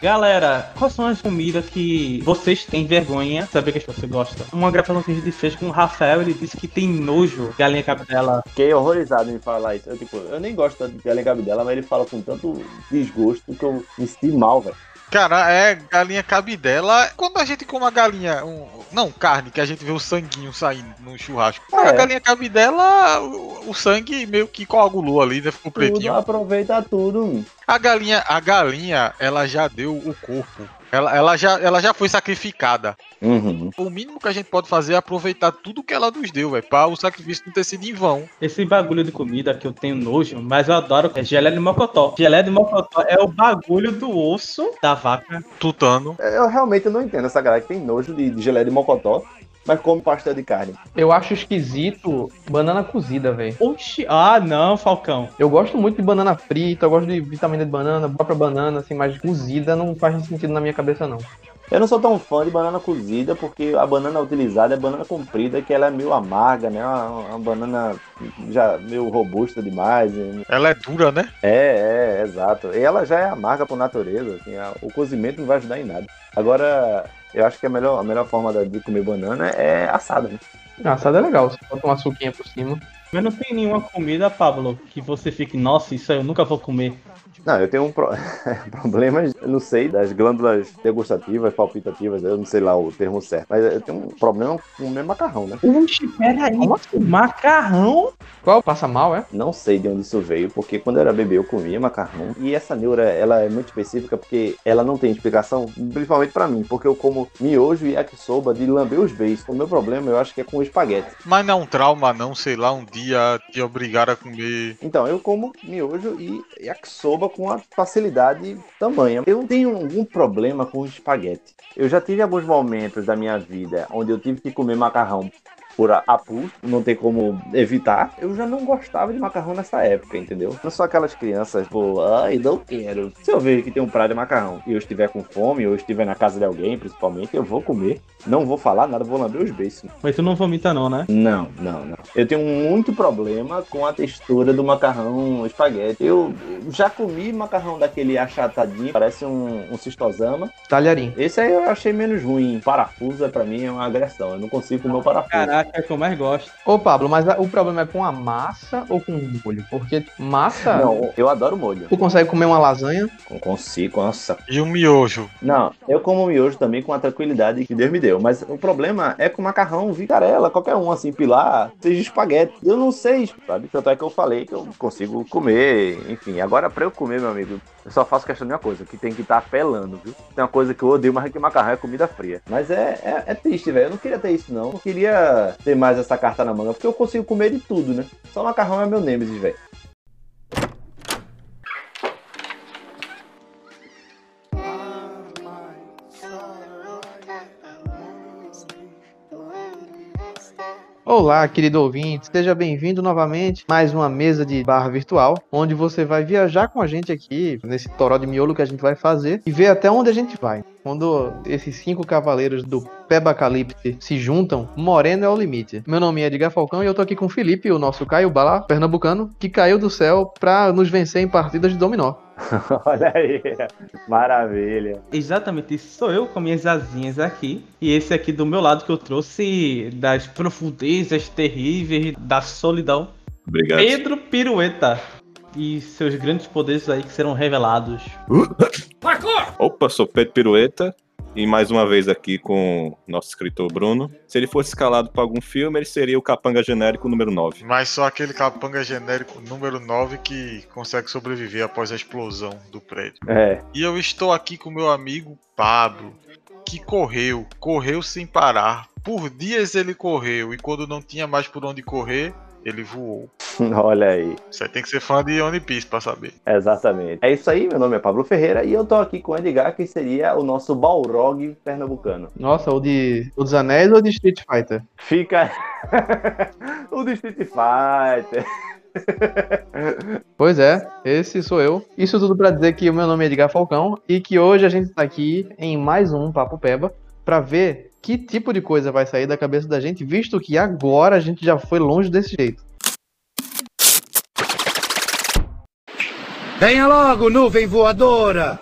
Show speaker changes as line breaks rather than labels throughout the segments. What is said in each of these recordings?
Galera, quais são as comidas que vocês têm vergonha de saber que as pessoas gostam? Uma gravação que a gente fez com o Rafael, ele disse que tem nojo galinha cabidela.
Fiquei horrorizado em falar isso. Eu, tipo, eu nem gosto tanto de galinha cabidela, mas ele fala com tanto desgosto que eu me senti mal, velho.
Cara, é galinha cabidela. Quando a gente come a galinha, um- não carne, que a gente vê o sanguinho saindo no churrasco. Cara, a
É.
galinha cabidela, o, o sangue meio que coagulou ali, né? Ficou
Tudo,
pretinho.
aproveita tudo. hum.
A galinha, a galinha, ela já deu o corpo. Ela, ela, já, ela já foi sacrificada. O mínimo que a gente pode fazer é aproveitar tudo que ela nos deu, velho. Pra o sacrifício não ter sido em vão.
Esse bagulho de comida que eu tenho nojo, mas eu adoro, é gelé de mocotó. Gelé de mocotó é o bagulho do osso da vaca.
Tutano.
Eu realmente não entendo essa galera que tem nojo de, de geleia de mocotó, mas come pastel de carne.
Eu acho esquisito banana cozida, velho.
Oxi, ah não, Falcão.
Eu gosto muito de banana frita, eu gosto de vitamina de banana, própria banana, assim, mas cozida não faz sentido na minha cabeça, não.
Eu não sou tão fã de banana cozida, porque a banana utilizada é banana comprida, que ela é meio amarga, né? Uma, uma banana já meio robusta demais. né?
Ela é dura, né?
É, é, exato. E ela já é amarga por natureza, assim, a- o cozimento não vai ajudar em nada. Agora, eu acho que a melhor, a melhor forma da- de comer banana é assada, né?
Assada é legal, você bota uma suquinha por cima.
Mas não tem nenhuma comida, Pablo, que você fique, nossa, isso aí eu nunca vou comer.
Não, eu tenho um pro... problemas, eu não sei, das glândulas degustativas, palpitativas, eu não sei lá o termo certo, mas eu tenho um problema com o meu macarrão, né?
Oxi, peraí, macarrão?
assim? Qual? Passa mal, é?
Não sei de onde isso veio, porque quando eu era bebê eu comia macarrão. E essa neura, ela é muito específica porque ela não tem explicação, principalmente pra mim, porque eu como miojo e yakisoba de lamber os beijos. O meu problema eu acho que é com espaguete.
Mas não é um trauma, não. Sei lá, um dia te obrigaram a comer.
Então, eu como miojo e yakisoba com uma facilidade tamanha. Eu tenho algum problema com espaguete. Eu já tive alguns momentos da minha vida onde eu tive que comer macarrão por a- apu, não tem como evitar. Eu já não gostava de macarrão nessa época, entendeu? Não sou aquelas crianças, pô, ai, não quero. Se eu vejo que tem um prato de macarrão e eu estiver com fome, ou eu estiver na casa de alguém, principalmente, eu vou comer. Não vou falar nada, vou lamber os beiços.
Mas tu não vomita não, né?
Não, não, não. Eu tenho muito problema com a textura do macarrão espaguete. Eu já comi macarrão daquele achatadinho, parece um, um cistosama.
Talharim.
Esse aí eu achei menos ruim. Parafuso, pra mim, é uma agressão. Eu não consigo comer o parafuso.
Caraca, é o que eu mais gosto.
Ô, Pablo, mas a- o problema é com a massa ou com o molho? Porque massa,
Não, eu adoro molho.
tu consegue comer uma lasanha,
Não consigo, nossa.
E um miojo.
Não, eu como miojo também com a tranquilidade que Deus me deu. Mas o problema é com macarrão, vigarela, qualquer um, assim, pilar, seja espaguete. Eu não sei, sabe? Tanto é que eu falei que eu consigo comer, enfim. Agora, pra eu comer, meu amigo, eu só faço questão de uma coisa, que tem que estar pelando, viu? Tem uma coisa que eu odeio mais que macarrão é comida fria. Mas é, é, é triste, velho. Eu não queria ter isso, não. Eu queria ter mais essa carta na manga, porque eu consigo comer de tudo, né? Só macarrão é meu nêmesis, velho.
Olá, querido ouvinte, seja bem-vindo novamente a mais uma mesa de barra virtual, onde você vai viajar com a gente aqui nesse toró de miolo que a gente vai fazer e ver até onde a gente vai. Quando esses cinco cavaleiros do Pebacalipse se juntam, Moreno é o limite. Meu nome é Edgar Falcão e eu tô aqui com o Felipe, o nosso Caio Bala, pernambucano, que caiu do céu pra nos vencer em partidas de dominó.
Olha aí, maravilha.
Exatamente, isso sou eu com minhas asinhas aqui. E esse aqui do meu lado que eu trouxe das profundezas terríveis da solidão.
Obrigado.
Pedro Pirueta. E seus grandes poderes aí que serão revelados.
Opa, sou Pedro Pirueta. E mais uma vez aqui com o nosso escritor Bruno. Se ele fosse escalado para algum filme, ele seria o capanga genérico número 9.
Mas só aquele capanga genérico número 9 que consegue sobreviver após a explosão do prédio.
É.
E eu estou aqui com meu amigo Pablo, que correu, correu sem parar. Por dias ele correu e quando não tinha mais por onde correr, ele voou.
Olha aí.
Você tem que ser fã de One Piece pra saber.
Exatamente. É isso aí, meu nome é Pablo Ferreira e eu tô aqui com o Edgar, que seria o nosso Balrog pernambucano.
Nossa, ou de ou dos Anéis ou de Street Fighter?
Fica o do Street Fighter.
Pois é, esse sou eu. Isso tudo pra dizer que o meu nome é Edgar Falcão e que hoje a gente tá aqui em mais um Papo Peba pra ver que tipo de coisa vai sair da cabeça da gente, visto que agora a gente já foi longe desse jeito.
Venha logo, nuvem voadora!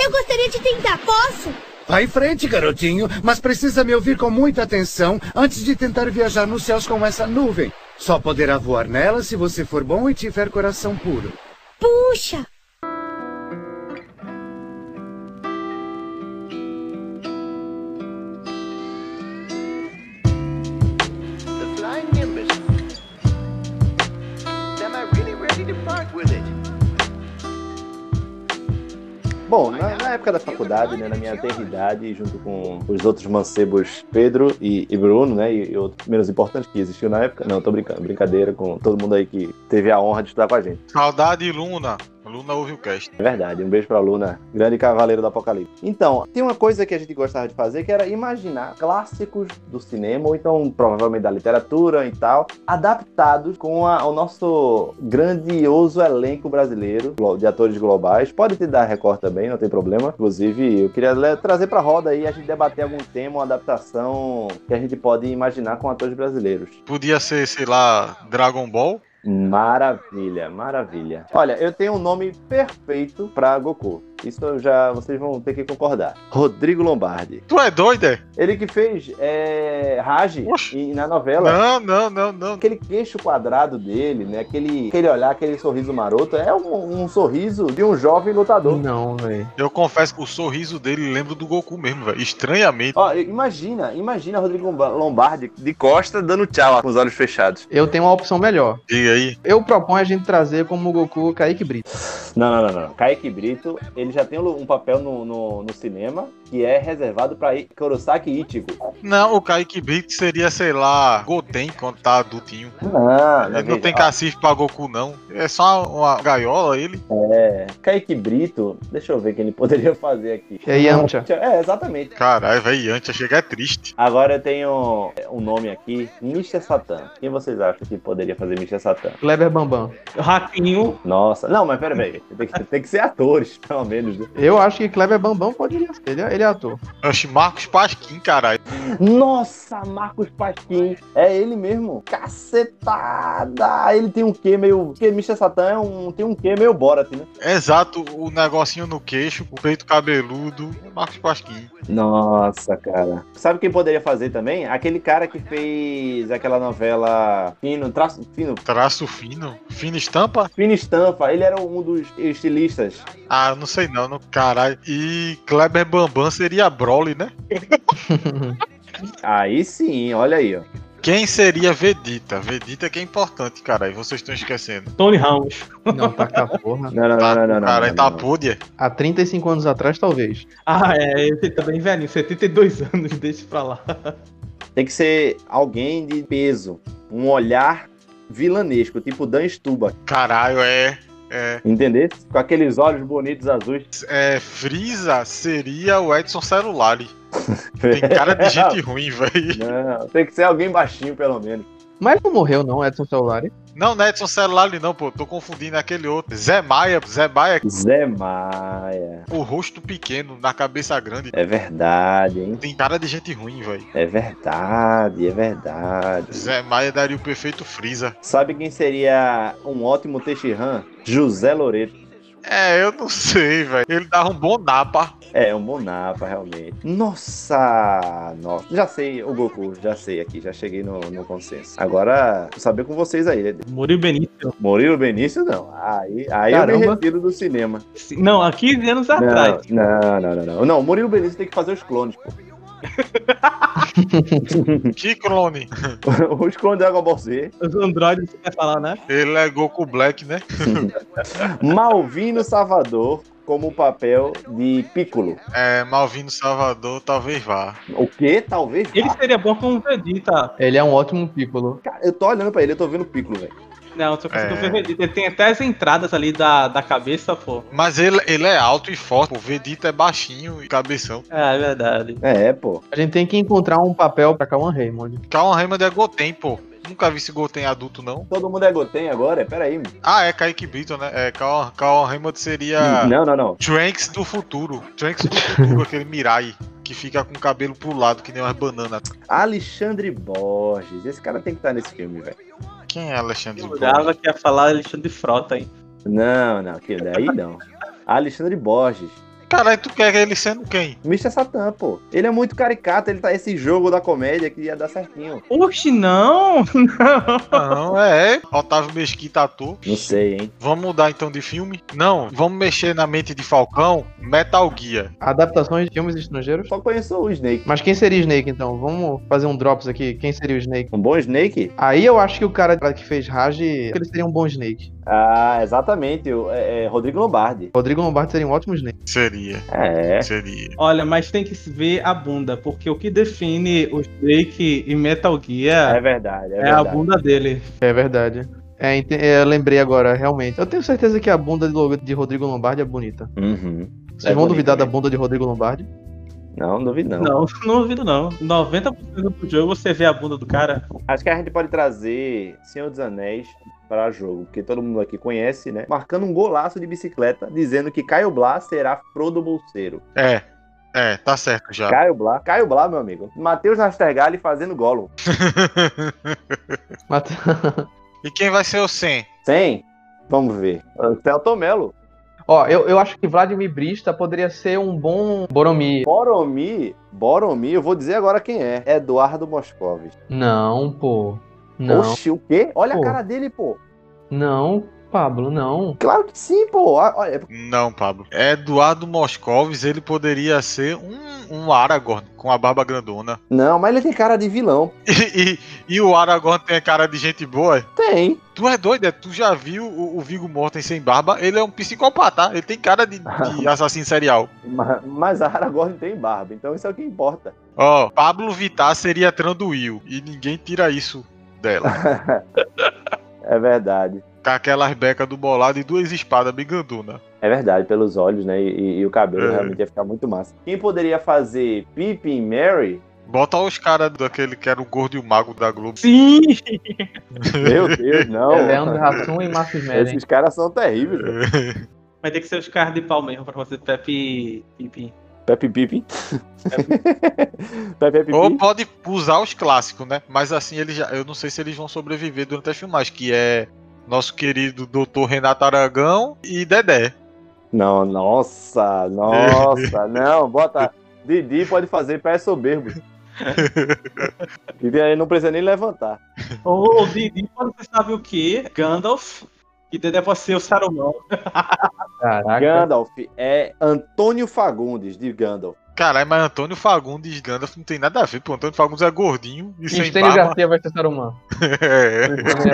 Eu gostaria de tentar, posso?
Vai em frente, garotinho, mas precisa me ouvir com muita atenção antes de tentar viajar nos céus com essa nuvem. Só poderá voar nela se você for bom e tiver coração puro.
Puxa!
The flying nimbus. Am I really ready to part with it?
Bom, na, na época da faculdade, né, na minha tenridade, junto com os outros mancebos Pedro e, e Bruno, né, e, e outro menos importante que existiu na época, não, tô brincando, brincadeira com todo mundo aí que teve a honra de estudar com a gente.
Saudade, Luna. Luna ouve o cast.
É verdade, um beijo pra Luna, grande cavaleiro do apocalipse. Então, tem uma coisa que a gente gostava de fazer, que era imaginar clássicos do cinema, ou então provavelmente da literatura e tal, adaptados com a- o nosso grandioso elenco brasileiro glo- de atores globais. Pode te dar Record também, não tem problema. Inclusive, eu queria le- trazer pra roda aí, a gente debater algum tema, uma adaptação que a gente pode imaginar com atores brasileiros.
Podia ser, sei lá, Dragon Ball.
Maravilha, maravilha. Olha, eu tenho um nome perfeito pra Goku. Isso eu já vocês vão ter que concordar. Rodrigo Lombardi.
Tu é doido, é?
Ele que fez é, Raj
Oxe.
e- na novela.
Não, não, não, não.
Aquele queixo quadrado dele, né? Aquele, aquele olhar, aquele sorriso maroto, é um, um sorriso de um jovem lutador.
Não, velho.
Eu confesso que o sorriso dele lembra do Goku mesmo, velho. Estranhamente.
Ó, imagina, imagina Rodrigo Lomba- Lombardi de costa dando tchau com os olhos fechados.
Eu tenho uma opção melhor.
Diga aí.
Eu proponho a gente trazer como Goku Kaique Brito.
Não, não, não, não. Kaique Brito, ele já tem um papel no, no, no cinema que é reservado pra I- Kurosaki Ichigo.
Não, o Kaique Brito seria, sei lá, Goten quando tá adultinho.
É Não,
Ele não
veja,
tem
ó,
cacife pra Goku, não. É só uma gaiola ele.
É, Kaique Brito, deixa eu ver o que ele poderia fazer aqui.
É Yamcha.
É, exatamente.
Caralho, velho, antes chegar é triste.
Agora eu tenho um nome aqui, Mr. Satan. Quem vocês acham que poderia fazer Mr. Satan?
Kleber Bambam.
Ratinho,
Nossa, não, mas pera aí. Tem que, tem que ser atores, pelo menos. né?
Eu acho que Kleber Bambam poderia ser. Ele é, ele é ator.
Oxe, Marcos Pasquim, caralho.
Nossa, Marcos Pasquim. É ele mesmo. Cacetada! Ele tem um quê meio... Porque Mr. Satan é um, tem um quê meio Borat, né?
Exato, o negocinho no queixo, o peito cabeludo. Marcos Pasquim.
Nossa, cara. Sabe quem poderia fazer também? Aquele cara que fez aquela novela Fino, traço, Fino,
Traço fino. Fina estampa?
Fino Estampa, ele era um dos estilistas.
Ah, não sei não, não caralho. E Kleber Bambam seria Broly, né?
Aí sim, olha aí, ó.
Quem seria Vegeta? Vegeta que é importante, caralho. Vocês estão esquecendo.
Tony Ramos.
Não, tá com a porra.
Não, não, não, não, não. não,
caralho,
não,
tá
não.
podre.
Há 35 anos atrás, talvez.
Ah, é, ele tá bem velhinho, 72 anos, deixa pra lá.
Tem que ser alguém de peso, um olhar vilanesco, tipo Dan Stuba,
Caralho, é. É,
entendeu? Com aqueles olhos bonitos azuis.
é, Frieza seria o Edson Celulari. Tem cara de gente ruim, velho.
Não, tem que ser alguém baixinho, pelo menos.
Mas não morreu, não, Edson Celulari.
Não, não é Edson Celulari, não, pô. Tô confundindo aquele outro. Zé Maia. Zé Maia,
Zé Maia.
o rosto pequeno, na cabeça grande.
É verdade, hein?
Tem cara de gente ruim, velho.
É verdade, é verdade.
Zé Maia daria o perfeito Frieza.
Sabe quem seria um ótimo Teixeira? José Loreto.
É, eu não sei, velho. Ele dava um bom napa.
É, um bom Napa, realmente. Nossa! Nossa, já sei, o Goku, já sei aqui, já cheguei no, no consenso. Agora, saber com vocês aí. né?
Murilo Benício.
Murilo Benício, não. Aí, aí eu me
Caramba.
retiro do cinema.
Se- Não, há 15 anos Tá atrás.
Não, não, não, não. Não, Murilo Benício tem que fazer os clones, pô.
Que clone.
Os clones do Dragon Ball Z.
Os androides, você quer falar, né?
Ele é Goku Black, né?
Malvino Salvador como o papel de Piccolo.
É, Malvino Salvador talvez vá.
O que talvez.
Ele
vá.
seria bom como Vegeta.
Ele é um ótimo piccolo.
Cara, eu tô olhando pra ele, eu tô vendo o Piccolo, velho.
Não, só consigo
É.
ver Vegeta. Ele tem até as entradas ali da, da cabeça, pô.
Mas ele, ele é alto e forte. O Vegeta é baixinho e cabeção.
É, é verdade.
É, pô.
A gente tem que encontrar um papel pra Kawan Raymond.
Calma Raymond é Goten, pô. Nunca vi esse Goten adulto, não.
Todo mundo é Goten agora? Peraí. mano.
Ah, é Kaique Brito, né? É, Calma Raymond
Ah.
seria
Não, não, não.
Trunks do futuro. Trunks do futuro, aquele Mirai. Que fica com o cabelo pro lado, que nem umas bananas.
Alexandre Borges. Esse cara tem que estar nesse filme, velho.
Quem é Alexandre?
Eu
Borges?
jurava que ia falar Alexandre Frota, hein?
Não, não, que daí não. Alexandre Borges.
Caralho, tu quer ele sendo quem?
Mr. Satan, pô. Ele é muito caricato, ele tá esse jogo da comédia que ia dar certinho.
Oxe, não!
Não, é. Otávio Mesquita ator.
Não sei, hein?
Vamos mudar então de filme? Não, vamos mexer na mente de Falcão, Metal Gear.
Adaptações de filmes estrangeiros.
Só conheço o Snake.
Mas quem seria o Snake então? Vamos fazer um drops aqui. Quem seria o Snake?
Um bom Snake?
Aí eu acho que o cara que fez Raj, ele seria um bom Snake.
Ah, exatamente. o- é- é Rodrigo Lombardi.
Rodrigo Lombardi seria um ótimo Snake.
Seria,
É.
seria.
Olha, mas tem que se ver a bunda, porque o que define o Drake e Metal Gear
É verdade, é,
é, a
verdade.
bunda dele.
É verdade. É, ente- é, eu lembrei agora, realmente. Eu tenho certeza que a bunda de Lo- de Rodrigo Lombardi é bonita.
Uhum.
Vocês
É
vão
bonita
duvidar da
mesmo.
bunda de Rodrigo Lombardi?
Não, duvido não.
Não, não duvido não. 90% do jogo você vê a bunda do cara.
Acho que a gente pode trazer Senhor dos Anéis para jogo, porque todo mundo aqui conhece, né? Marcando um golaço de bicicleta, dizendo que Caio Blas será Frodo Bolseiro.
É, é, tá certo já.
Caio Blá, Caio Blá, meu amigo. Matheus Nastergalli fazendo Gollum.
Mas-
E quem vai ser o Sen?
Tem? Vamos ver. Celton Mello.
Ó, eu, eu acho que Vladimir Brista poderia ser um bom Boromir.
Boromir, Boromir, eu vou dizer agora quem é. Eduardo Moscovis.
Não, pô. Não,
Oxi, o quê? Olha
Pô.
a cara dele, pô.
não, Pablo, não.
Claro que sim, pô. Ah, Olha,
Não, Pablo. Eduardo Moscovis, ele poderia ser um, um Aragorn com a barba grandona.
Não, mas ele tem cara de vilão.
E, e- e o Aragorn tem a cara de gente boa. é?
Tem.
Tu é doido, é? Tu já viu o, o Vigo Morten sem barba? Ele é um psicopata. Ele tem cara de, de assassino serial.
Ma- Mas a Aragorn tem barba, então isso é o que importa.
Ó, Pablo Vittar seria Tranduil. E ninguém tira isso dela.
É verdade.
Com aquelas becas do bolado e duas espadas bem grandona.
É verdade, pelos olhos, né? E, e- e o cabelo
É.
realmente ia ficar muito massa. Quem poderia fazer Pippin Mary?
Bota os caras daquele que era o gordo e o mago da Globo.
Sim!
Meu Deus, não.
É Leandro Hassum e Márcio Meren.
Esses caras são terríveis. velho.
Vai ter que ser os caras de pau mesmo pra fazer Pepe Pipi.
Pepe Pippin. Pepe Pippin.
Ou pode usar os clássicos, né? Mas assim, eles já, eu não sei se eles vão sobreviver durante as filmagens, que é nosso querido Dr. Renato Aragão e Dedé.
Não, nossa, nossa. não, bota. Didi pode fazer pé soberbo. Didi aí não precisa nem levantar.
Ou o Didi, quando você sabe o quê? Gandalf. E Dedé pode ser o Saruman.
Caraca.
Gandalf é Antônio Fagundes de Gandalf.
Caralho, mas Antônio Fagundes Gandalf não tem nada a ver, pô. Antônio Fagundes é gordinho e
E
sem
Estênio
barba.
Garcia vai ser Saruman.
É.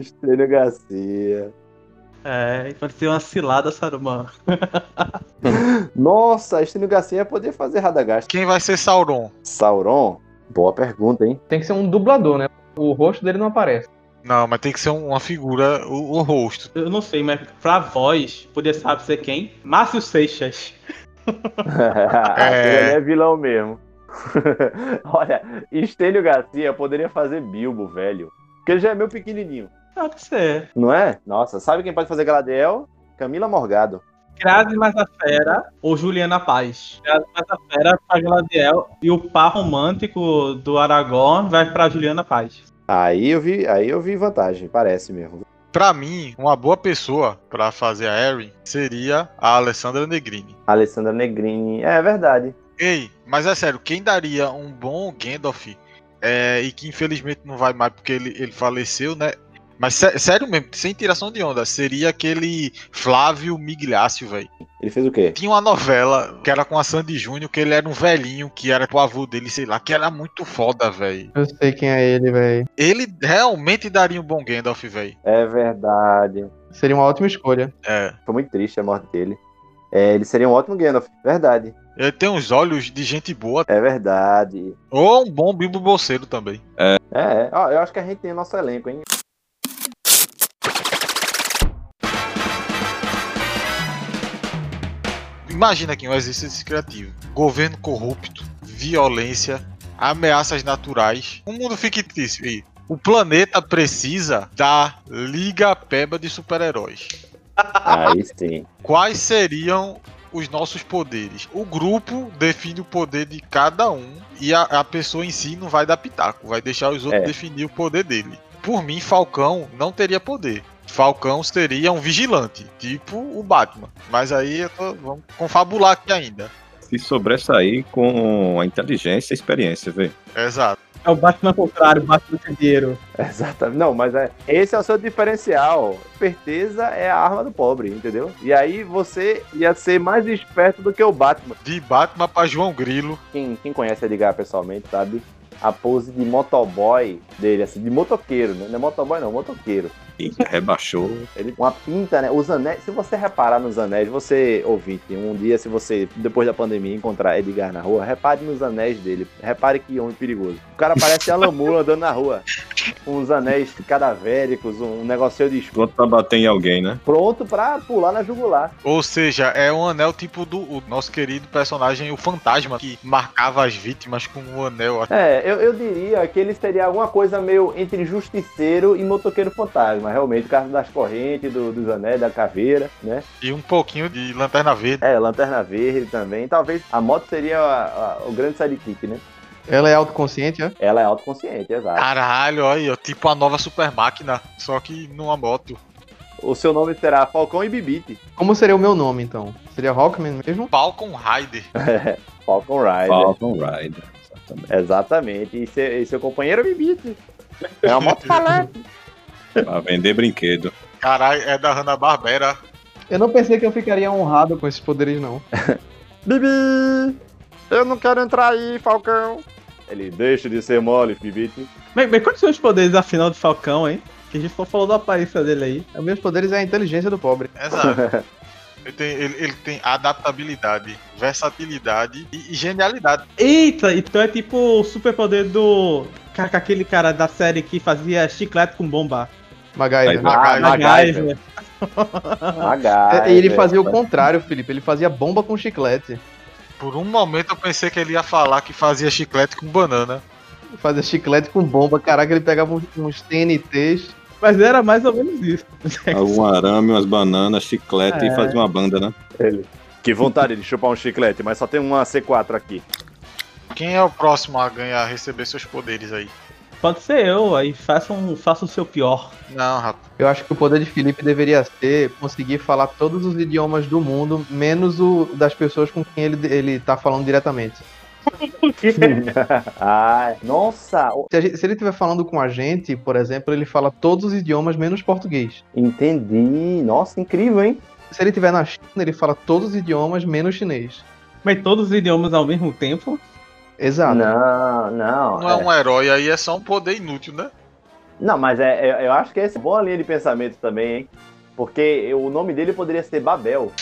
Estênio Garcia.
É, pode ser uma cilada Saruman.
Nossa, Estênio Garcia ia poder fazer Radagast.
Quem vai ser Sauron?
Sauron? Boa pergunta, hein?
Tem que ser um dublador, né? O rosto dele não aparece.
Não, mas tem que ser uma figura, o, o rosto.
Eu não sei, mas pra voz, poderia saber ser quem? Márcio Seixas.
É. Aquele ali é vilão mesmo. Olha, Estênio Garcia poderia fazer Bilbo, velho. Porque ele já é meu pequenininho,
Pode ser.
não é? Nossa, sabe quem pode fazer Galadriel? Camila Morgado.
Grazi mais a Fera ou Juliana Paz. Grazi mais a Fera pra Gladiel e o par romântico do Aragorn vai pra Juliana Paz.
Aí eu vi, aí eu vi vantagem, parece mesmo.
Pra mim, uma boa pessoa pra fazer a Erin seria a Alessandra Negrini.
Alessandra Negrini, é verdade.
Ei, mas é sério, quem daria um bom Gandalf é, e que infelizmente não vai mais porque ele, ele faleceu, né? Mas sé- sério mesmo, sem tiração de onda, seria aquele Flávio Migliaccio, velho.
Ele fez o quê?
Tinha uma novela que era com a Sandy Júnior, que ele era um velhinho, que era o avô dele, sei lá, que era muito foda, velho.
Eu sei quem é ele, velho.
Ele realmente daria um bom Gandalf, velho.
É verdade.
Seria uma ótima escolha.
É.
Foi muito triste a morte dele. É, ele seria um ótimo Gandalf, verdade.
Ele tem uns olhos de gente boa.
É verdade.
Ou um bom Bilbo Bolseiro também.
É, é. Ó, eu acho que a gente tem nosso elenco, hein?
Imagina aqui um exercício criativo. Governo corrupto, violência, ameaças naturais. Um mundo fictício aí. O planeta precisa da Liga Peba de Super-Heróis.
Aí sim.
Quais seriam os nossos poderes? O grupo define o poder de cada um e a, a pessoa em si não vai dar pitaco, vai deixar os outros
É.
definir o poder dele. Por mim, Falcão não teria poder. Falcão seria um vigilante, tipo o Batman. Mas aí eu tô- vamos confabular aqui ainda.
Se sobressair com a inteligência e a experiência, velho.
Exato.
É o Batman ao contrário, o Batman Candeiro.
Exatamente. Não, mas é, esse é o seu diferencial. Esperteza é a arma do pobre, entendeu? E aí você ia ser mais esperto do que o Batman.
De Batman pra João Grilo.
Quem, quem conhece Edgar pessoalmente sabe a pose de motoboy dele, assim, de motoqueiro, né? Não é motoboy, não, motoqueiro.
Eita, rebaixou.
Ele uma pinta, né? Os anéis, se você reparar nos anéis, você ouvinte, um dia se você depois da pandemia encontrar Edgar na rua, repare nos anéis dele. Repare que homem perigoso. O cara parece Alan Moore andando na rua, com uns anéis cadavéricos, um negocinho de escudo,
Pronto pra bater tá em alguém, né?
pronto pra pular na jugular.
Ou seja, é um anel tipo do o nosso querido personagem, o Fantasma, que marcava as vítimas com um anel.
É, eu, eu diria que ele seria alguma coisa meio entre justiceiro e motoqueiro fantasma, realmente, o caso das correntes, do- dos anéis, da caveira, né?
E um pouquinho de Lanterna Verde.
É, lanterna verde também. Talvez a moto seria a- a- o grande sidekick, né?
Ela é autoconsciente, né?
Ela é autoconsciente, exato.
Caralho, olha aí, ó, tipo a nova super máquina, só que numa moto.
O seu nome será Falcão e Bibite.
Como seria o meu nome, então? Seria Rockman mesmo?
Falcon Rider.
Falcon Rider.
Falcon Rider. Exatamente.
Exatamente. E seu, e seu companheiro Bibite. É uma moto falante.
Pra vender brinquedo.
Caralho, é da Hanna-Barbera.
Eu não pensei que eu ficaria honrado com esses poderes, não.
Bibi! Eu não quero entrar aí, Falcão. Ele deixa de ser mole, Bibite.
Mas, mas quais são os poderes afinal do Falcão, hein? Que a gente só falou da aparência dele aí.
Os meus poderes é a inteligência do pobre.
Exato. Ele tem, ele- ele tem adaptabilidade, versatilidade e, e genialidade.
Eita, então é tipo o superpoder do. Caraca, aquele cara da série que fazia chiclete com bomba.
Magaia.
Mas-
Ah,
MacGyver.
MacGyver. MacGyver.
ele fazia o contrário, Felipe. Ele fazia bomba com chiclete.
Por um momento eu pensei que ele ia falar que fazia chiclete com banana.
Fazia chiclete com bomba. Caraca, ele pegava uns, uns TNTs.
Mas era mais ou menos isso.
Algum arame, umas bananas, chiclete e fazer uma banda, né?
Que vontade de chupar um chiclete, mas só tem uma C4 aqui.
Quem é o próximo a ganhar, receber seus poderes aí?
Pode ser eu, aí faça, um, faça o seu pior.
Não, rapaz.
Eu acho que o poder de Felipe deveria ser conseguir falar todos os idiomas do mundo, menos o das pessoas com quem ele, ele tá falando diretamente.
ah, nossa, o-
Se, a gente- se ele estiver falando com a gente, por exemplo, ele fala todos os idiomas menos português.
entendi. Nossa, incrível, hein?
Se ele estiver na China, ele fala todos os idiomas menos chinês.
Mas todos os idiomas ao mesmo tempo.
Exato.
Não, não.
Não é um herói aí, é só um poder inútil, né?
Não, mas é, é- eu acho que essa é uma boa linha de pensamento também, hein? Porque eu- o nome dele poderia ser Babel.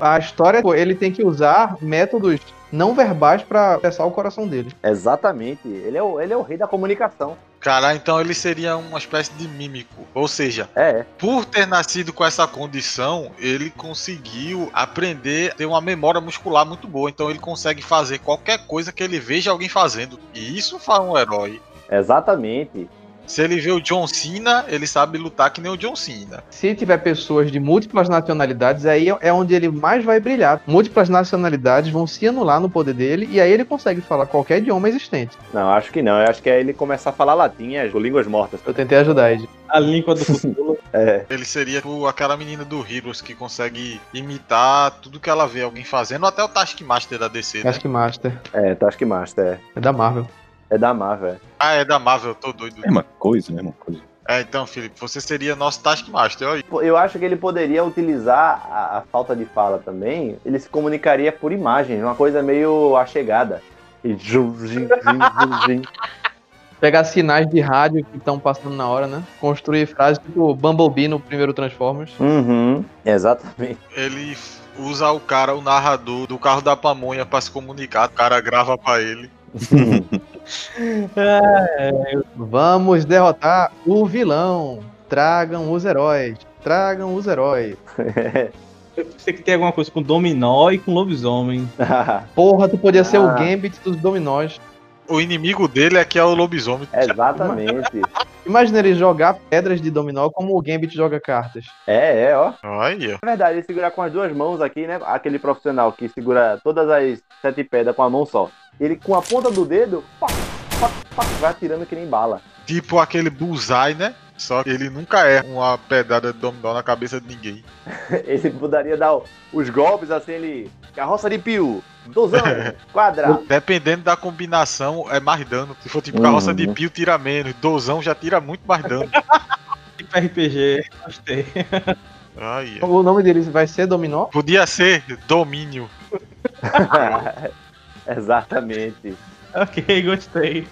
A história, pô, ele tem que usar métodos não verbais pra acessar o coração dele.
Exatamente. Ele é, o, ele é o rei da comunicação.
Cara, então ele seria uma espécie de mímico. Ou seja,
É.
por ter nascido com essa condição, ele conseguiu aprender a ter uma memória muscular muito boa. Então ele consegue fazer qualquer coisa que ele veja alguém fazendo. E isso faz um herói.
Exatamente.
Se ele vê o John Cena, ele sabe lutar que nem o John Cena.
Se tiver pessoas de múltiplas nacionalidades, aí é onde ele mais vai brilhar. Múltiplas nacionalidades vão se anular no poder dele e aí ele consegue falar qualquer idioma existente.
Não, acho que não. Eu acho que é ele começar a falar latim, é, línguas mortas.
Eu tentei ajudar, Ed.
A língua do futuro.
É.
Ele seria tipo, aquela menina do Heroes que consegue imitar tudo que ela vê alguém fazendo, até o Taskmaster da DC, né?
Acho que Master.
É, Taskmaster.
É da Marvel.
É, é da Marvel. é.
Ah, é da Marvel, eu tô doido.
Mesma coisa, mesma coisa.
É, então, Felipe, você seria nosso Taskmaster, olha aí.
Pô, Eu acho que ele poderia utilizar a, a falta de fala também. Ele se comunicaria por imagens, uma coisa meio achegada. E zum, zum, zum, zum, zum.
Pegar sinais de rádio que estão passando na hora, né? Construir frases tipo Bumblebee no primeiro Transformers.
Uhum. Exatamente.
Ele f- usa o cara, o narrador do carro da pamonha pra se comunicar, o cara grava pra ele.
Vamos derrotar o vilão. Tragam os heróis. Tragam os heróis.
Eu pensei que tem alguma coisa com dominó e com lobisomem.
Porra, tu podia ser
Ah.
o Gambit dos dominós.
O inimigo dele é que é o lobisomem.
Exatamente.
Imagina ele jogar pedras de dominó como o Gambit joga cartas.
É, é, ó.
Olha aí, ó.
Na verdade, ele segurar com as duas mãos aqui, né? Aquele profissional que segura todas as sete pedras com a mão só. Ele com a ponta do dedo, pá, pá, pá, vai atirando que nem bala.
Tipo aquele bullseye, né? Só que ele nunca é uma pedrada de dominó na cabeça de ninguém.
Ele poderia dar o- os golpes assim, ele. Carroça de pio, dozão, quadra.
Dependendo da combinação, é mais dano. Se for tipo carroça de pio, tira menos. Dozão já tira muito mais dano.
Tipo RPG, gostei.
Ai, é.
O nome dele vai ser Dominó?
Podia ser domínio.
Exatamente.
Ok, gostei.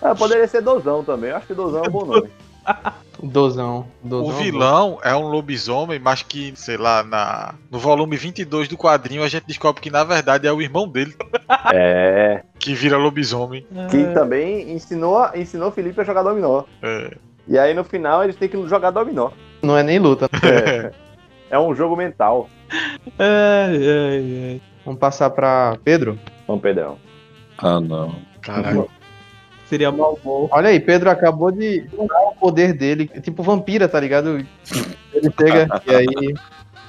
Ah, poderia ser dozão também. Eu acho que dozão é um bom nome.
Dozão. Dozão
O vilão é um lobisomem, mas que, sei lá, na, no volume 22 do quadrinho a gente descobre que na verdade é o irmão dele
É.
que vira lobisomem.
É.
Que também ensinou, ensinou Felipe a jogar dominó.
É.
E aí no final eles têm que jogar dominó.
Não é nem luta.
É um jogo mental.
Ai, ai, ai.
Vamos passar pra Pedro.
Vamos, Pedrão.
Ah, não.
Caralho.
é. Seria mal bom.
Olha aí, Pedro acabou de usar o poder dele. É Tipo vampira, tá ligado? Ele chega e aí.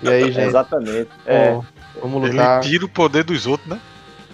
E aí, gente.
Exatamente. É.
ó, vamos
Ele
lutar.
tira o poder dos outros, né?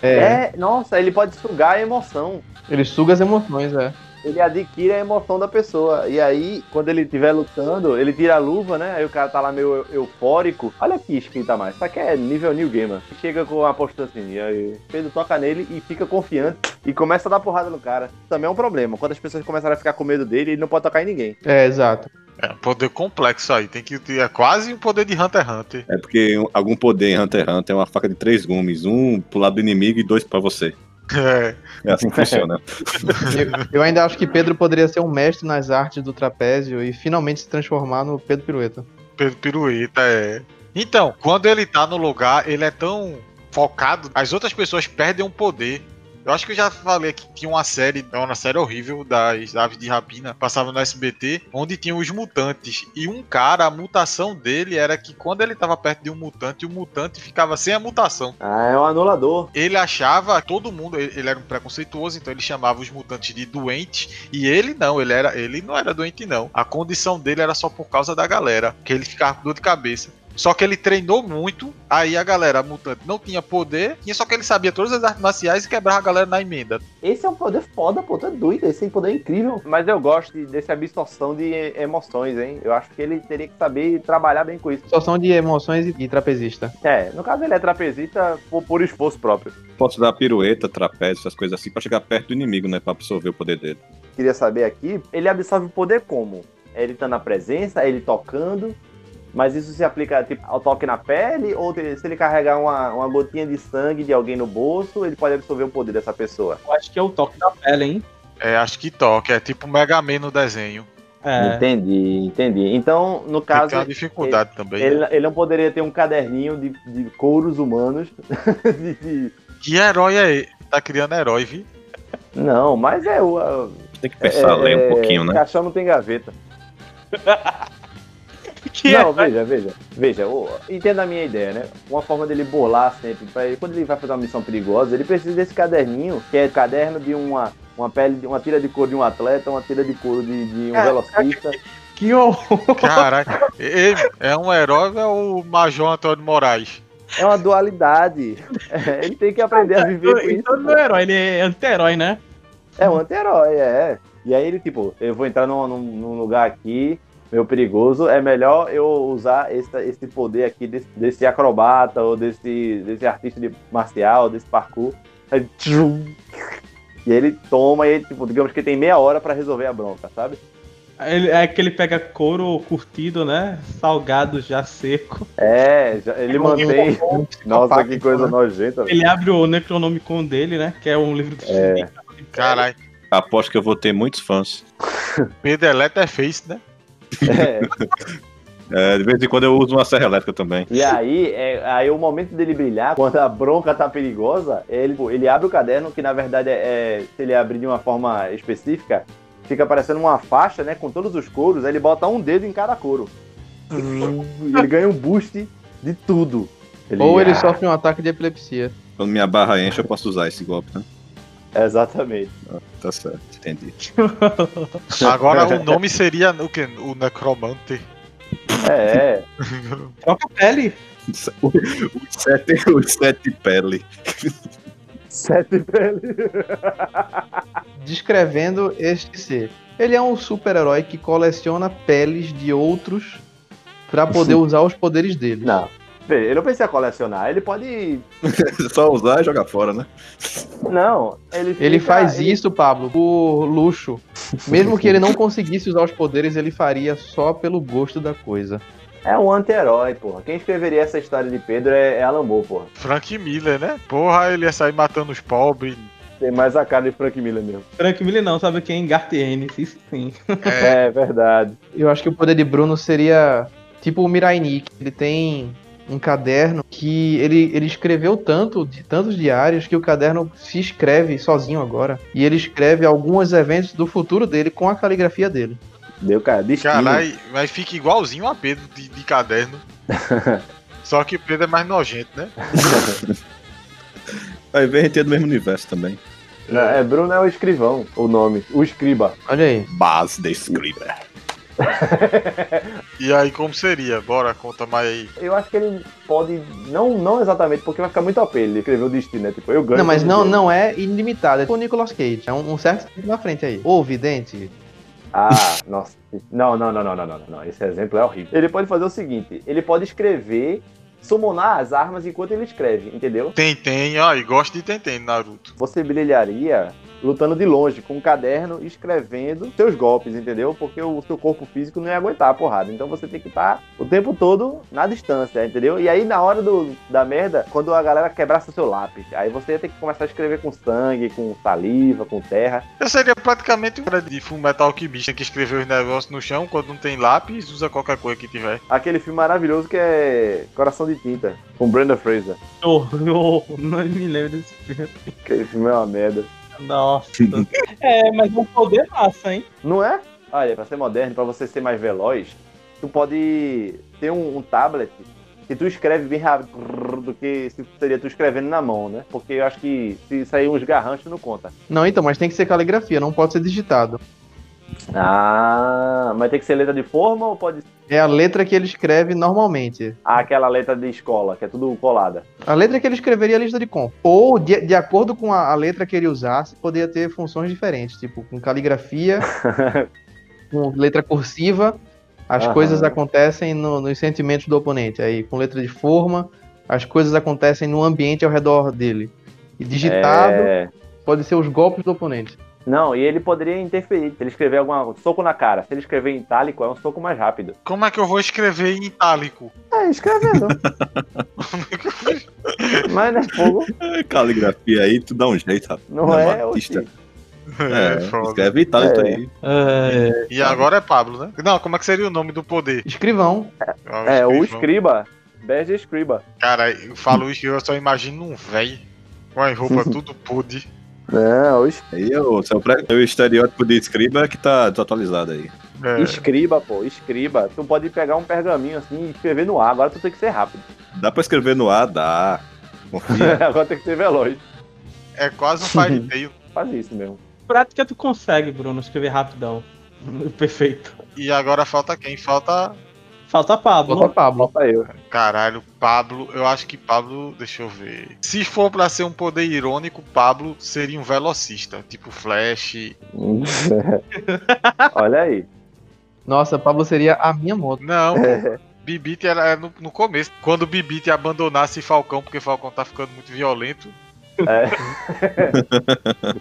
É,
É, nossa, ele pode sugar a emoção.
Ele suga as emoções, é.
Ele adquire a emoção da pessoa. E aí, quando ele estiver lutando, ele tira a luva, né? Aí o cara tá lá meio eu- eufórico. Olha que skin tá mais. Isso aqui é nível New Gamer. Chega com a postura assim, e aí Pedro toca nele e fica confiante. E começa a dar porrada no cara. Também é um problema. Quando as pessoas começarem a ficar com medo dele, ele não pode tocar em ninguém.
É, exato.
É um poder complexo aí. Tem que ter é quase um poder de Hunter x Hunter.
É porque um- algum poder em Hunter x Hunter é uma faca de três gumes. Um pro lado do inimigo e dois pra você.
É.
É assim que funciona.
Eu, eu ainda acho que Pedro poderia ser um mestre nas artes do trapézio e finalmente se transformar no Pedro Pirueta.
Pedro Pirueta, é. Então, quando ele tá no lugar, ele é tão focado, as outras pessoas perdem um poder. Eu acho que eu já falei que tinha uma série, é uma série horrível das Aves de Rapina, passava no SBT, onde tinha os mutantes. E um cara, a mutação dele era que quando ele tava perto de um mutante, o mutante ficava sem a mutação.
Ah, é um anulador.
Ele achava todo mundo, ele ele era um preconceituoso, então ele chamava os mutantes de doentes, e ele não, ele era, ele não era doente não. A condição dele era só por causa da galera, que ele ficava com dor de cabeça. Só que ele treinou muito, aí a galera mutante não tinha poder, e só que ele sabia todas as artes marciais e quebrava a galera na emenda.
Esse é um poder foda, pô. Tu é doido. Esse poder é incrível. Mas eu gosto de- desse absorção de emoções, hein? Eu acho que ele teria que saber trabalhar bem com isso.
Só são de emoções e, e trapezista.
É, no caso ele é trapezista por, por esforço próprio.
Posso dar pirueta, trapézio, essas coisas assim, pra chegar perto do inimigo, né? Pra absorver o poder dele.
Queria saber aqui, ele absorve o poder como? Ele tá na presença, ele tocando, mas isso se aplica tipo, ao toque na pele? Ou te- se ele carregar uma, uma gotinha de sangue de alguém no bolso, ele pode absorver o poder dessa pessoa?
Eu acho que é o toque da pele, hein?
É, acho que toca, é tipo Mega Man no desenho.
É.
Entendi, entendi. Então, no
Tem que
caso,
ter uma dificuldade também. né?
ele, ele não poderia ter um caderninho de, de couros humanos. de- de-
Que herói é ele? Tá criando herói, vi?
Não, mas é o. a-
Tem que pensar,
é,
ler um pouquinho, né?
Caixão não tem gaveta.
Que
não,
é?
veja, veja. Veja, ô, entenda a minha ideia, né? Uma forma dele bolar sempre, pra ele- quando ele vai fazer uma missão perigosa, ele precisa desse caderninho, que é caderno de uma, uma pele, de uma tira de couro de um atleta, uma tira de couro de, de
É.
um velocista.
Que horror.
Caraca. Ei, é um herói ou é o Major Antônio Moraes?
É uma dualidade. É, ele tem que aprender a viver com
Então
isso.
ele não é herói, ele é anti-herói, né?
É um anti-herói, é. E aí ele, tipo, eu vou entrar num, num- num lugar aqui, meio perigoso, é melhor eu usar esse, esse poder aqui desse, desse acrobata ou desse, desse artista de marcial, desse parkour. Aí, tchum. E ele toma e, tipo, digamos que tem meia hora pra resolver a bronca, sabe?
Ele- é que ele pega couro curtido, né? Salgado já seco.
É, já- ele né? mantém. Nossa, que coisa nojenta. velho.
Ele abre o Necronomicon dele, né? Que é um livro do
É.
Caralho.
Aposto que eu vou ter muitos fãs.
Pedro Eletro é face, né?
É.
É, de vez em quando eu uso uma serra elétrica também.
E aí, é, aí o momento dele brilhar, quando a bronca tá perigosa, ele, ele abre o caderno, que na verdade é, é- se ele abrir de uma forma específica, fica parecendo uma faixa, né? Com todos os couros, aí ele bota um dedo em cada couro. E ele ganha um boost de tudo.
Hum. Ou ele
Ah,
sofre um ataque de epilepsia.
Quando minha barra enche, eu posso usar esse golpe, né?
Exatamente.
Tá certo, entendi.
Agora o nome seria o quê? O Necromante.
É, é.
Troca a é pele.
Os sete, os sete pele.
Sete pele.
descrevendo este ser. Ele é um super-herói que coleciona peles de outros pra poder usar os poderes dele.
Não. Ele não precisa colecionar, ele pode.
Só usar e jogar fora, né?
Não, ele.
Ele
fica-
faz
ele-
isso, Pablo, por luxo. Mesmo que ele não conseguisse usar os poderes, ele faria só pelo gosto da coisa.
É um anti-herói, porra. Quem escreveria essa história de Pedro é, é Alan Moore, porra.
Frank Miller, né? Porra, ele ia sair matando os pobres.
Tem mais a cara de Frank Miller mesmo.
Frank Miller não, sabe quem? Garth Ennis, isso sim.
É, verdade.
Eu acho que o poder de Bruno seria tipo o Mirainik. Ele tem um caderno que ele, ele escreveu tanto, de tantos diários, que o caderno se escreve sozinho agora. E ele escreve alguns eventos do futuro dele com a caligrafia dele.
Deu cara de estilo.
Caralho, mas fica igualzinho a Pedro de, de caderno. Só que Pedro é mais nojento, né?
Aí vem gente é do mesmo universo também.
Não, é, Bruno é o escrivão, o nome. O escriba.
Olha aí.
Base de Scriber.
E aí, como seria? Bora, conta mais aí.
Eu acho que ele pode. Não, não exatamente, porque vai ficar muito OP ele escreveu o destino, né? Tipo, eu ganho.
Não, mas
todo
não,
jogo.
não é ilimitado. É o Nicolas Cage. É um, um certo tempo na frente aí. Ô, vidente.
Ah, nossa. Não, não, não, não, não, não, não, não. Esse exemplo é horrível. Ele pode fazer o seguinte: ele pode escrever, summonar as armas enquanto ele escreve, entendeu?
Tentem, ó, e gosto de Tentem, Naruto.
Você brilharia lutando de longe, com um caderno, escrevendo seus golpes, entendeu? Porque o seu corpo físico não ia aguentar a porrada. Então você tem que estar o tempo todo na distância, entendeu? E aí, na hora do, da merda, quando a galera quebrasse o seu lápis, aí você ia ter que começar a escrever com sangue, com saliva, com terra.
Eu seria praticamente um cara de Full Metal Alquimista que escreveu os negócios no chão quando não tem lápis, usa qualquer coisa que tiver.
Aquele filme maravilhoso que é Coração de Tinta, com Brenda Fraser.
Oh, oh, não me lembro desse filme.
Aquele filme é uma merda.
Nossa. é, mas é um poder massa, hein?
Não é? Olha, pra ser moderno, pra você ser mais veloz, tu pode ter um, um tablet que tu escreve bem rápido do que se seria tu escrevendo na mão, né? Porque eu acho que se sair uns garranchos não conta.
Não, então, mas tem que ser caligrafia, não pode ser digitado.
Ah, mas tem que ser letra de forma ou pode ser
É a letra que ele escreve normalmente.
ah, aquela letra de escola, que é tudo colada?
A letra que ele escreveria é a lista de compra. Ou, de, de acordo com a, a letra que ele usasse, poderia ter funções diferentes, tipo com caligrafia, com letra cursiva, as
Aham.
coisas acontecem no- nos sentimentos do oponente. Aí, com letra de forma, as coisas acontecem no ambiente ao redor dele. E digitado
É.
pode ser os golpes do oponente.
Não, e ele poderia interferir. Se ele escrever alguma um soco na cara, se ele escrever em itálico, é um soco mais rápido.
Como é que eu vou escrever em itálico?
É, escrevendo. mas não é fogo,
Caligrafia aí, tu dá um jeito, rapaz.
não,
Não,
é?
artista.
oxi.
É,
foda.
escreve Itália
É.
aí.
É,
E agora é Pablo, né? Não, como é que seria o nome do poder?
Escrivão.
Ah,
É, o
escrivão.
escriba. Best escriba.
Cara, eu falo isso e eu só imagino um véi com as roupas tudo pude.
Não, o
Aí é o, seu pré- o estereótipo de escriba que tá desatualizado aí.
É,
Escriba, pô, escriba. Tu pode pegar um pergaminho assim e escrever no ar. Agora tu tem que ser rápido.
Dá pra escrever no ar? Dá. Confia.
Agora tem que ser veloz.
é quase um fireteio.
Faz isso mesmo.
prática tu consegue, Bruno, escrever rapidão. Perfeito.
E agora falta quem? Falta.
Falta
Bota
Pablo.
Pablo.
Falta eu.
Caralho, Pablo. Eu acho que Pablo. Deixa eu ver. Se for pra ser um poder irônico, Pablo seria um velocista. Tipo Flash.
Olha aí.
Nossa, Pablo seria a minha moto.
Não, pô. Bibite era era no, no começo. Quando Bibite abandonasse Falcão, porque Falcão tá ficando muito violento,
É,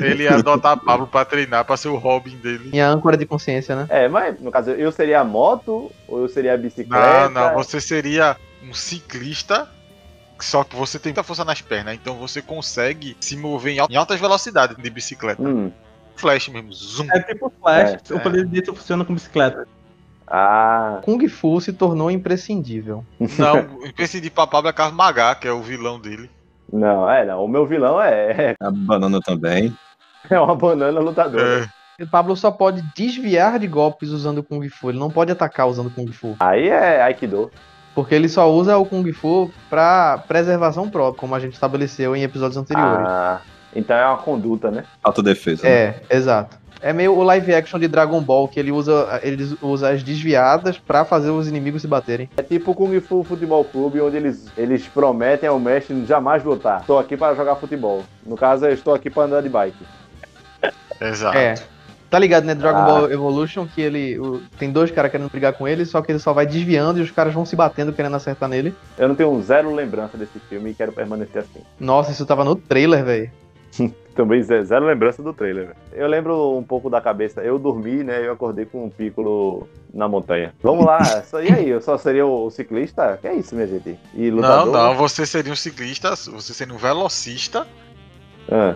ele ia adotar Pablo pra treinar, pra ser o Robin dele.
Minha âncora de consciência, né?
é, mas no caso, eu seria a moto ou eu seria a bicicleta?
Não, não, você seria um ciclista, só que você tem muita força nas pernas, então você consegue se mover em al- em altas velocidades de bicicleta.
Hum.
Flash mesmo, zoom.
É tipo Flash,
É,
o poder disso funciona com bicicleta.
Ah,
Kung Fu se tornou imprescindível.
Não, eu pensei de Pablo é Carlos Magá, que é o vilão dele.
não, é, não. O meu vilão é,
A banana também.
é uma banana lutadora.
É,
E Pablo só pode desviar de golpes usando Kung Fu. Ele não pode atacar usando Kung Fu.
Aí é Aikido.
Porque ele só usa o Kung Fu pra preservação própria, como a gente estabeleceu em episódios anteriores.
Ah, então é uma conduta, né?
Autodefesa. né?
É, exato. É meio o live action de Dragon Ball, que ele usa, ele usa as desviadas pra fazer os inimigos se baterem.
É tipo o Kung Fu Futebol Clube, onde eles, eles prometem ao mestre jamais lutar. Estou aqui para jogar futebol. No caso, eu estou aqui para andar de bike.
Exato.
É. Tá ligado, né? Dragon
Ah.
Ball Evolution, que ele. o- tem dois caras querendo brigar com ele, só que ele só vai desviando e os caras vão se batendo querendo acertar nele.
Eu não tenho zero lembrança desse filme e quero permanecer assim.
Nossa, isso tava no trailer, velho.
Também ze- zero lembrança do trailer. velho. Eu lembro um pouco da cabeça. Eu dormi, né? Eu acordei com um piccolo na montanha. Vamos lá. só- E aí? Eu só seria o o ciclista? Que é isso, minha gente? E
Não,
lutador? né?
não, você seria um ciclista, você seria um velocista,
Ah,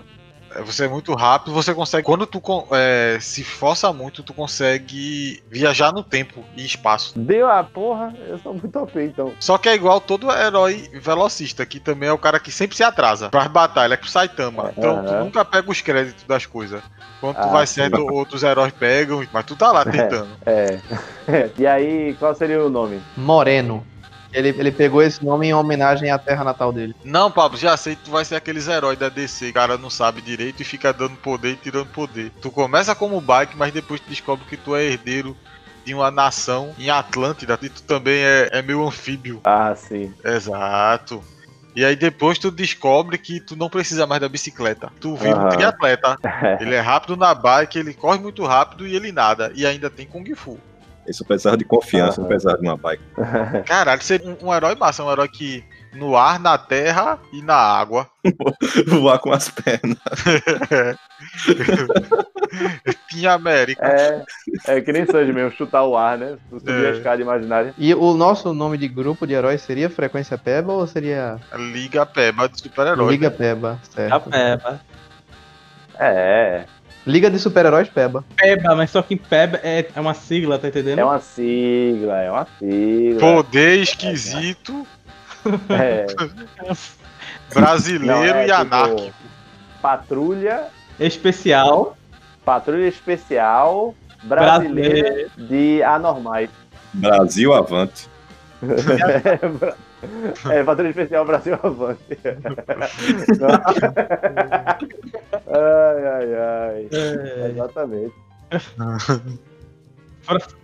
é, você é muito rápido, você consegue. Quando tu con- é, se força muito, tu consegue viajar no tempo e espaço.
Deu a porra. Eu sou muito OP, então.
Só que é igual todo herói velocista, que também é o cara que sempre se atrasa pras batalhas, é pro Saitama. Então tu
Aham.
nunca pega os créditos das coisas. Quando tu
Ah,
vai
sim.
certo, outros heróis pegam, mas tu tá lá tentando.
É. e aí, qual seria o nome?
Moreno. Ele, ele pegou esse nome em homenagem à terra natal dele.
Não, Pablo, já sei, tu vai ser aqueles heróis da DC, o cara não sabe direito e fica dando poder e tirando poder. Tu começa como bike, mas depois tu descobre que tu é herdeiro de uma nação em Atlântida e tu também é, é meio anfíbio.
Ah, sim.
Exato. E aí depois tu descobre que tu não precisa mais da bicicleta. Tu vira um
Aham.
triatleta. Ele é rápido na bike, ele corre muito rápido e ele nada. E ainda tem Kung Fu.
Isso apesar de confiança,
Aham.
apesar de uma bike.
Caralho, seria um, um herói massa, um herói que no ar, na terra e na água.
Voar com as pernas.
Tinha América.
É, é que nem Sanji mesmo, chutar o ar, né? Tu subir
É.
a escada imaginária.
E o nosso nome de grupo de heróis seria Frequência Peba ou seria
Liga Peba de super-herói.
Liga Peba?
A
Certo.
Tá, Peba.
É, é.
Liga de Super-Heróis Peba.
Peba, mas só que Peba é, é uma sigla, tá entendendo?
É uma sigla, é uma sigla.
Poder esquisito,
É.
brasileiro
Não, é
e
tipo,
anárquico.
Patrulha,
Especial.
patrulha especial brasileira de anormais.
Brasil avante.
É, patrulha especial Brasil Avante. ai, ai, ai.
É,
Exatamente.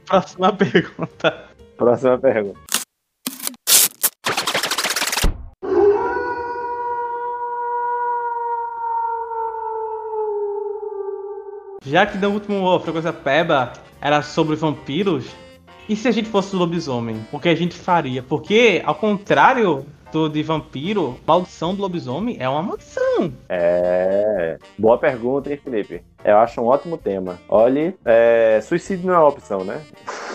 próxima pergunta.
Próxima pergunta.
Já que no último Frequência Peba era sobre vampiros, e se a gente fosse lobisomem? O que a gente faria? Porque, ao contrário do de vampiro, maldição do lobisomem é uma maldição.
É. Boa pergunta, hein, Felipe? Eu acho um ótimo tema. Olhe, é, suicídio não é uma opção, né?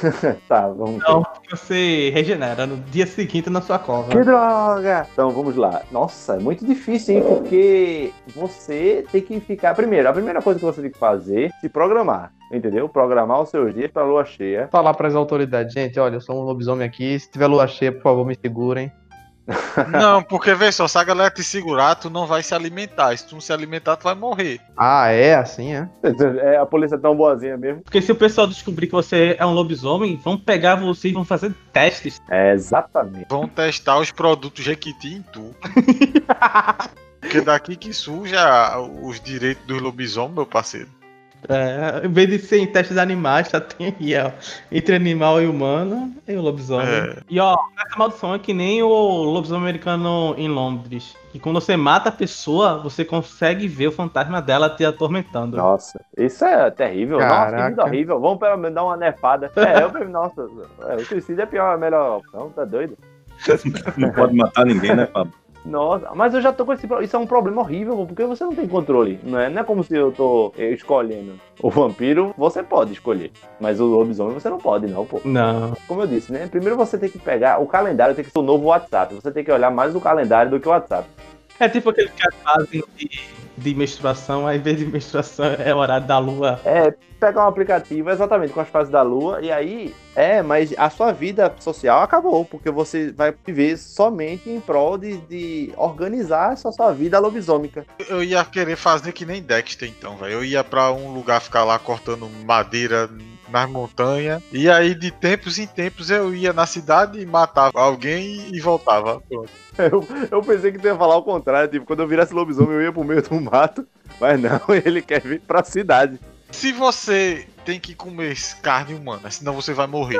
tá, vamos
Não. Você regenera no dia seguinte na sua cova.
Que droga! Então vamos lá. Nossa, é muito difícil, hein? Porque você tem que ficar. Primeiro, a primeira coisa que você tem que fazer é se programar. Entendeu? Programar os seus dias pra lua cheia.
Falar pras autoridades, gente, olha, eu sou um lobisomem aqui, se tiver lua cheia, por favor, me segurem.
Não, porque vê só, se a galera te segurar, tu não vai se alimentar. Se tu não se alimentar, tu vai morrer.
Ah, é assim, é?
É, a polícia é tão boazinha mesmo.
Porque se o pessoal descobrir que você é um lobisomem, vão pegar você e vão fazer testes.
É, exatamente.
Vão testar os produtos Jequiti em tu. Porque daqui que suja os direitos dos lobisomem, meu parceiro.
É, em vez de ser em testes animais, tá tem aí, ó. Entre animal e humano e o lobisomem.
É.
E ó, essa maldição é que nem o lobisomem americano em Londres. Que quando você mata a pessoa, você consegue ver o fantasma dela te atormentando.
Nossa, isso é terrível. Nossa, que vida
Caraca.
horrível. Vamos pelo menos dar uma nefada. É, eu falei, nossa, é, o suicídio é a pior, a melhor opção, tá doido?
Não pode matar ninguém, né, Pablo?
Nossa, mas eu já tô com esse problema. Isso é um problema horrível, porque você não tem controle. Não é, não é como se eu tô eh, escolhendo. O vampiro, você pode escolher. Mas o lobisomem, você não pode, não, pô.
Não.
Como eu disse, né? Primeiro você tem que pegar o calendário, tem que ser o novo WhatsApp. Você tem que olhar mais o calendário do que o WhatsApp.
É tipo aquele que fazem de, de menstruação, aí em vez de menstruação é o horário da lua.
É, pegar um aplicativo exatamente com as fases da lua, e aí. É, mas a sua vida social acabou, porque você vai viver somente em prol de, de organizar essa sua vida lobisômica.
Eu ia querer fazer que nem Dexter, então, velho. Eu ia pra um lugar ficar lá cortando madeira nas montanhas. E aí, de tempos em tempos, eu ia na cidade e matava alguém e voltava. Pronto.
Eu, eu pensei que tu ia falar o contrário, tipo, quando eu virasse lobisomem eu ia pro meio do mato, mas não, ele quer vir pra cidade.
Se você tem que comer carne humana, senão você vai morrer.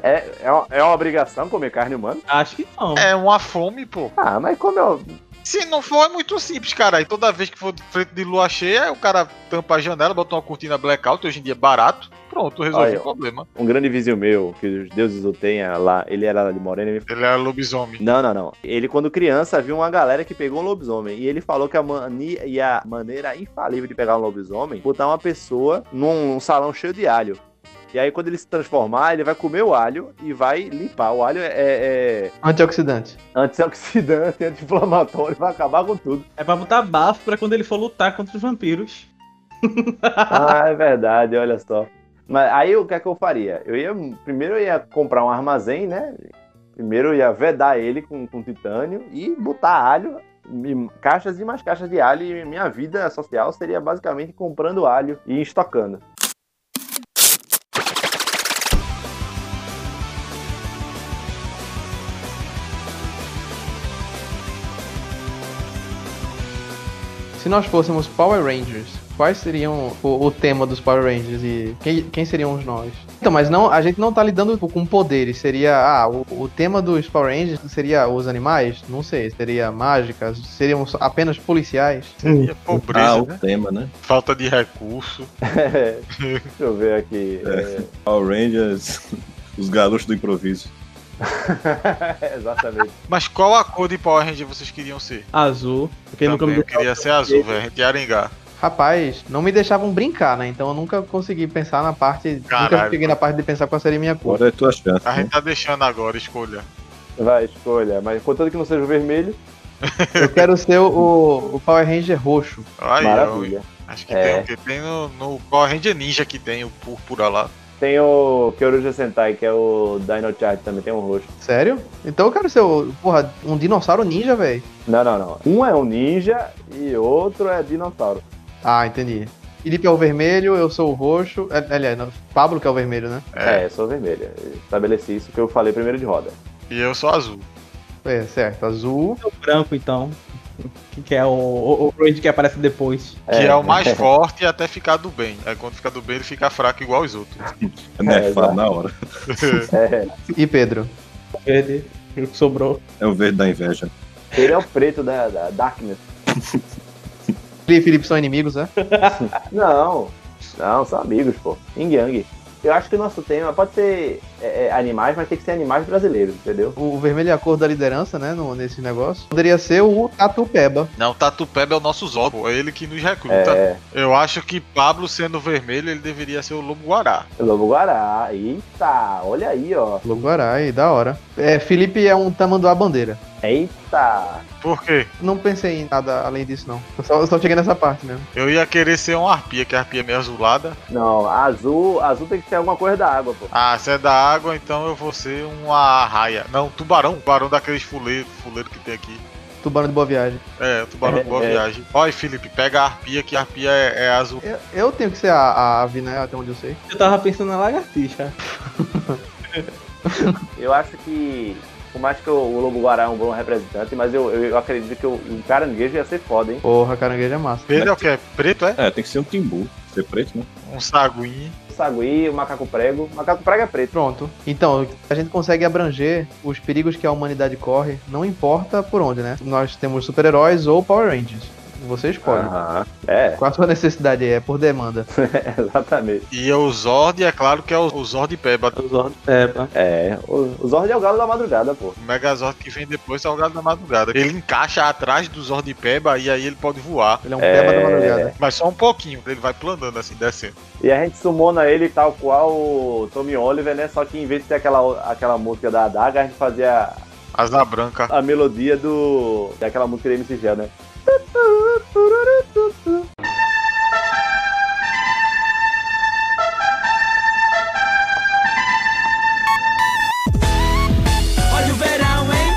É, é, uma- é uma obrigação comer carne humana?
Acho que não.
É uma fome, pô.
Ah, mas como eu.
Se não for, é muito simples, cara. E toda vez que for de frente de lua cheia, o cara tampa a janela, bota uma cortina blackout, hoje em dia é barato. Pronto, resolvi
Aí,
o
ó.
problema.
Um grande vizinho meu, que os deuses o tenha lá, ele era de Morena, ele
Ele era lobisomem.
Não, não, não. Ele, quando criança, viu uma galera que pegou um lobisomem. E ele falou que a, mania, e a maneira infalível de pegar um lobisomem é botar uma pessoa num salão cheio de alho. E aí, quando ele se transformar, ele vai comer o alho e vai limpar. O alho é, é
Antioxidante.
antioxidante, anti-inflamatório, vai acabar com tudo.
É pra botar bafo pra quando ele for lutar contra os vampiros.
Ah, é verdade, olha só. Mas aí o que é que eu faria? Eu ia. Primeiro eu ia comprar um armazém, né? Primeiro eu ia vedar ele com, com titânio e botar alho, e caixas e mais caixas de alho. E minha vida social seria basicamente comprando alho e estocando.
Se nós fôssemos Power Rangers, quais seriam o, o tema dos Power Rangers e quem, quem seriam os nós? Então, mas não, a gente não tá lidando com poderes. Seria, ah, o, o tema dos Power Rangers seria os animais? Não sei, seria mágicas? Seriam só- apenas policiais?
Hum.
E é pobreza,
ah, o
né?
tema, né?
Falta de recurso.
Deixa eu ver aqui.
Power Rangers, os garotos do improviso.
É, Exatamente.
Mas qual a cor de Power Ranger vocês queriam ser?
Azul. Porque nunca
Também
me
eu queria ser azul, velho. A gente é ia arengar.
Rapaz, não me deixavam brincar, né? Então eu nunca consegui pensar na parte. nunca
Caralho.
cheguei na parte de pensar qual seria minha cor.
Agora é tua chance.
A
né?
gente tá deixando agora escolha.
Vai, escolha. Mas contanto que não seja o vermelho,
Eu quero ser o, o Power Ranger roxo.
Aí, ó,
maravilha.
acho que
É.
tem o que tem no, no Power Ranger Ninja que tem o púrpura lá.
Tem o Kyoruja Sentai, que é o Dino Charge também, tem um roxo.
Sério? Então eu quero ser o. Porra, um dinossauro ninja, velho.
Não, não, não. Um é um ninja e outro é dinossauro.
Ah, entendi. Felipe é o vermelho, eu sou o roxo. É, Aliás, não, Pablo que é o vermelho, né?
É.
É, sou vermelha. Estabeleci isso que eu falei primeiro de roda.
E eu sou azul.
É, certo. Azul.
o branco, então. Que, que é o, o, o Ranger que aparece depois.
Que é o mais forte até ficar do bem. Aí quando fica do bem, ele fica fraco igual os outros.
É nerfado
exato.
na hora.
É,
E Pedro.
Verde. O que sobrou.
É o verde da inveja.
ele é o preto da, da Darkness.
Felipe e Felipe são inimigos, né?
Não, não, são amigos, pô. Yin Yang. Eu acho que o nosso tema pode ser é, é, animais, mas tem que ser animais brasileiros, entendeu?
O o vermelho é a cor da liderança, né? no- nesse negócio. Poderia ser o Atupeba.
Não, Tatupeba é o nosso Zóio, é ele que nos recruta.
É,
Eu acho que Pablo sendo vermelho, ele deveria ser o Lobo Guará.
Lobo Guará. Eita, olha aí, ó.
Loguarai, da hora. É, Felipe é um tamanduá bandeira.
Eita.
Por quê?
Não pensei em nada além disso, não. Eu só, eu só cheguei nessa parte mesmo.
Eu ia querer ser uma arpia, que a arpia é meio azulada.
Não, azul, azul tem que ser alguma coisa da água, pô.
Ah, se é da água, então eu vou ser uma raia. Não, tubarão. Tubarão daqueles fuleiros fuleiro que tem aqui.
Tubarão de boa viagem.
É, tubarão
É,
boa
é.
viagem. Olha, Felipe, pega a arpia, que a arpia é, é azul.
Eu, eu tenho que ser a, a ave, né? Até onde eu sei.
Eu tava pensando na lagartixa.
Eu acho que, por mais que o o Lobo Guará é um bom representante, mas eu, eu, eu acredito que o, o caranguejo ia ser foda, hein?
Porra, caranguejo é massa.
Pedro é o que? Preto, é?
É, tem que ser um timbu. Ser preto, né?
Um saguinho.
O sagui, o macaco prego. O macaco prego é preto.
Pronto. Então, a gente consegue abranger os perigos que a humanidade corre, não importa por onde, né? Nós temos super-heróis ou Power Rangers. Você escolhe.
Aham. É,
Qual a sua necessidade aí? É por demanda.
exatamente.
E o Zord, é claro que é o, o Zord Peba.
O Zord Peba.
É, o, o Zord é o galo da madrugada, pô.
O Megazord que vem depois é o Galo da Madrugada. Ele encaixa atrás do Zord Peba e aí ele pode voar.
Ele é um peba da madrugada.
Mas só um pouquinho, ele vai planando assim, descendo.
E a gente sumona ele tal qual o Tommy Oliver, né? Só que em vez de ter aquela, aquela música da Adaga, a gente fazia
Asa branca.
a melodia do. daquela música da MC Gel, né?
Olha o verão, hein?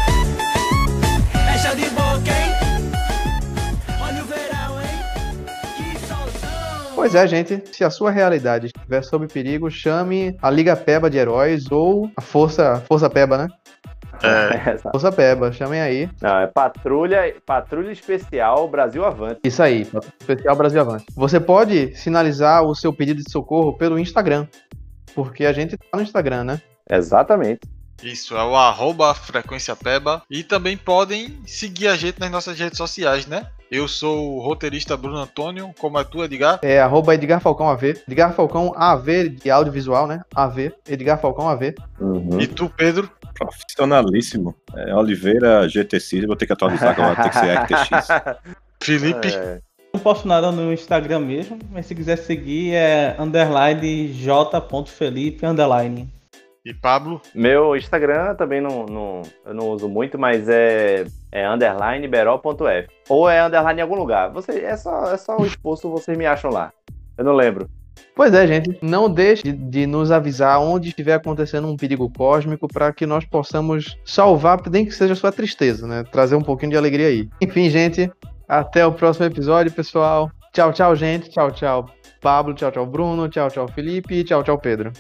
É chá de boca, hein? Olha o verão, hein? Que solzão!
Pois é, gente. Se a sua realidade estiver sob perigo, chame a Liga Peba de Heróis ou a Força, Força Peba, né?
É. Essa.
Força Peba, chamem aí.
Não, é patrulha, patrulha especial Brasil Avante.
Isso aí, Patrulha especial Brasil Avante. Você pode sinalizar o seu pedido de socorro pelo Instagram. Porque a gente tá no Instagram, né?
Exatamente.
Isso, é o arroba Frequência Peba. E também podem seguir a gente nas nossas redes sociais, né? Eu sou o roteirista Bruno Antônio, como é tu, Edgar?
É arroba Edgar Falcão AV. Edgar Falcão AV de audiovisual, né? AV. Edgar Falcão AV.
Uhum.
E tu, Pedro?
Profissionalíssimo. É, Oliveira GTX, vou ter que atualizar agora, tem que ser RTX.
Felipe?
É.
Não posto nada no Instagram mesmo, mas se quiser seguir é underline j.felipe underline.
E Pablo?
Meu Instagram também não, não, eu não uso muito, mas é, é underline berol.f. Ou é underline em algum lugar. Você, é, só, é só o exposto, vocês me acham lá. Eu não lembro.
Pois é, gente. Não deixe de, de nos avisar onde estiver acontecendo um perigo cósmico para que nós possamos salvar, nem que seja sua tristeza, né? Trazer um pouquinho de alegria aí. Enfim, gente. Até o próximo episódio, pessoal. Tchau, tchau, gente. Tchau, tchau, Pablo. Tchau, tchau, Bruno. Tchau, tchau, Felipe. Tchau, tchau, Pedro.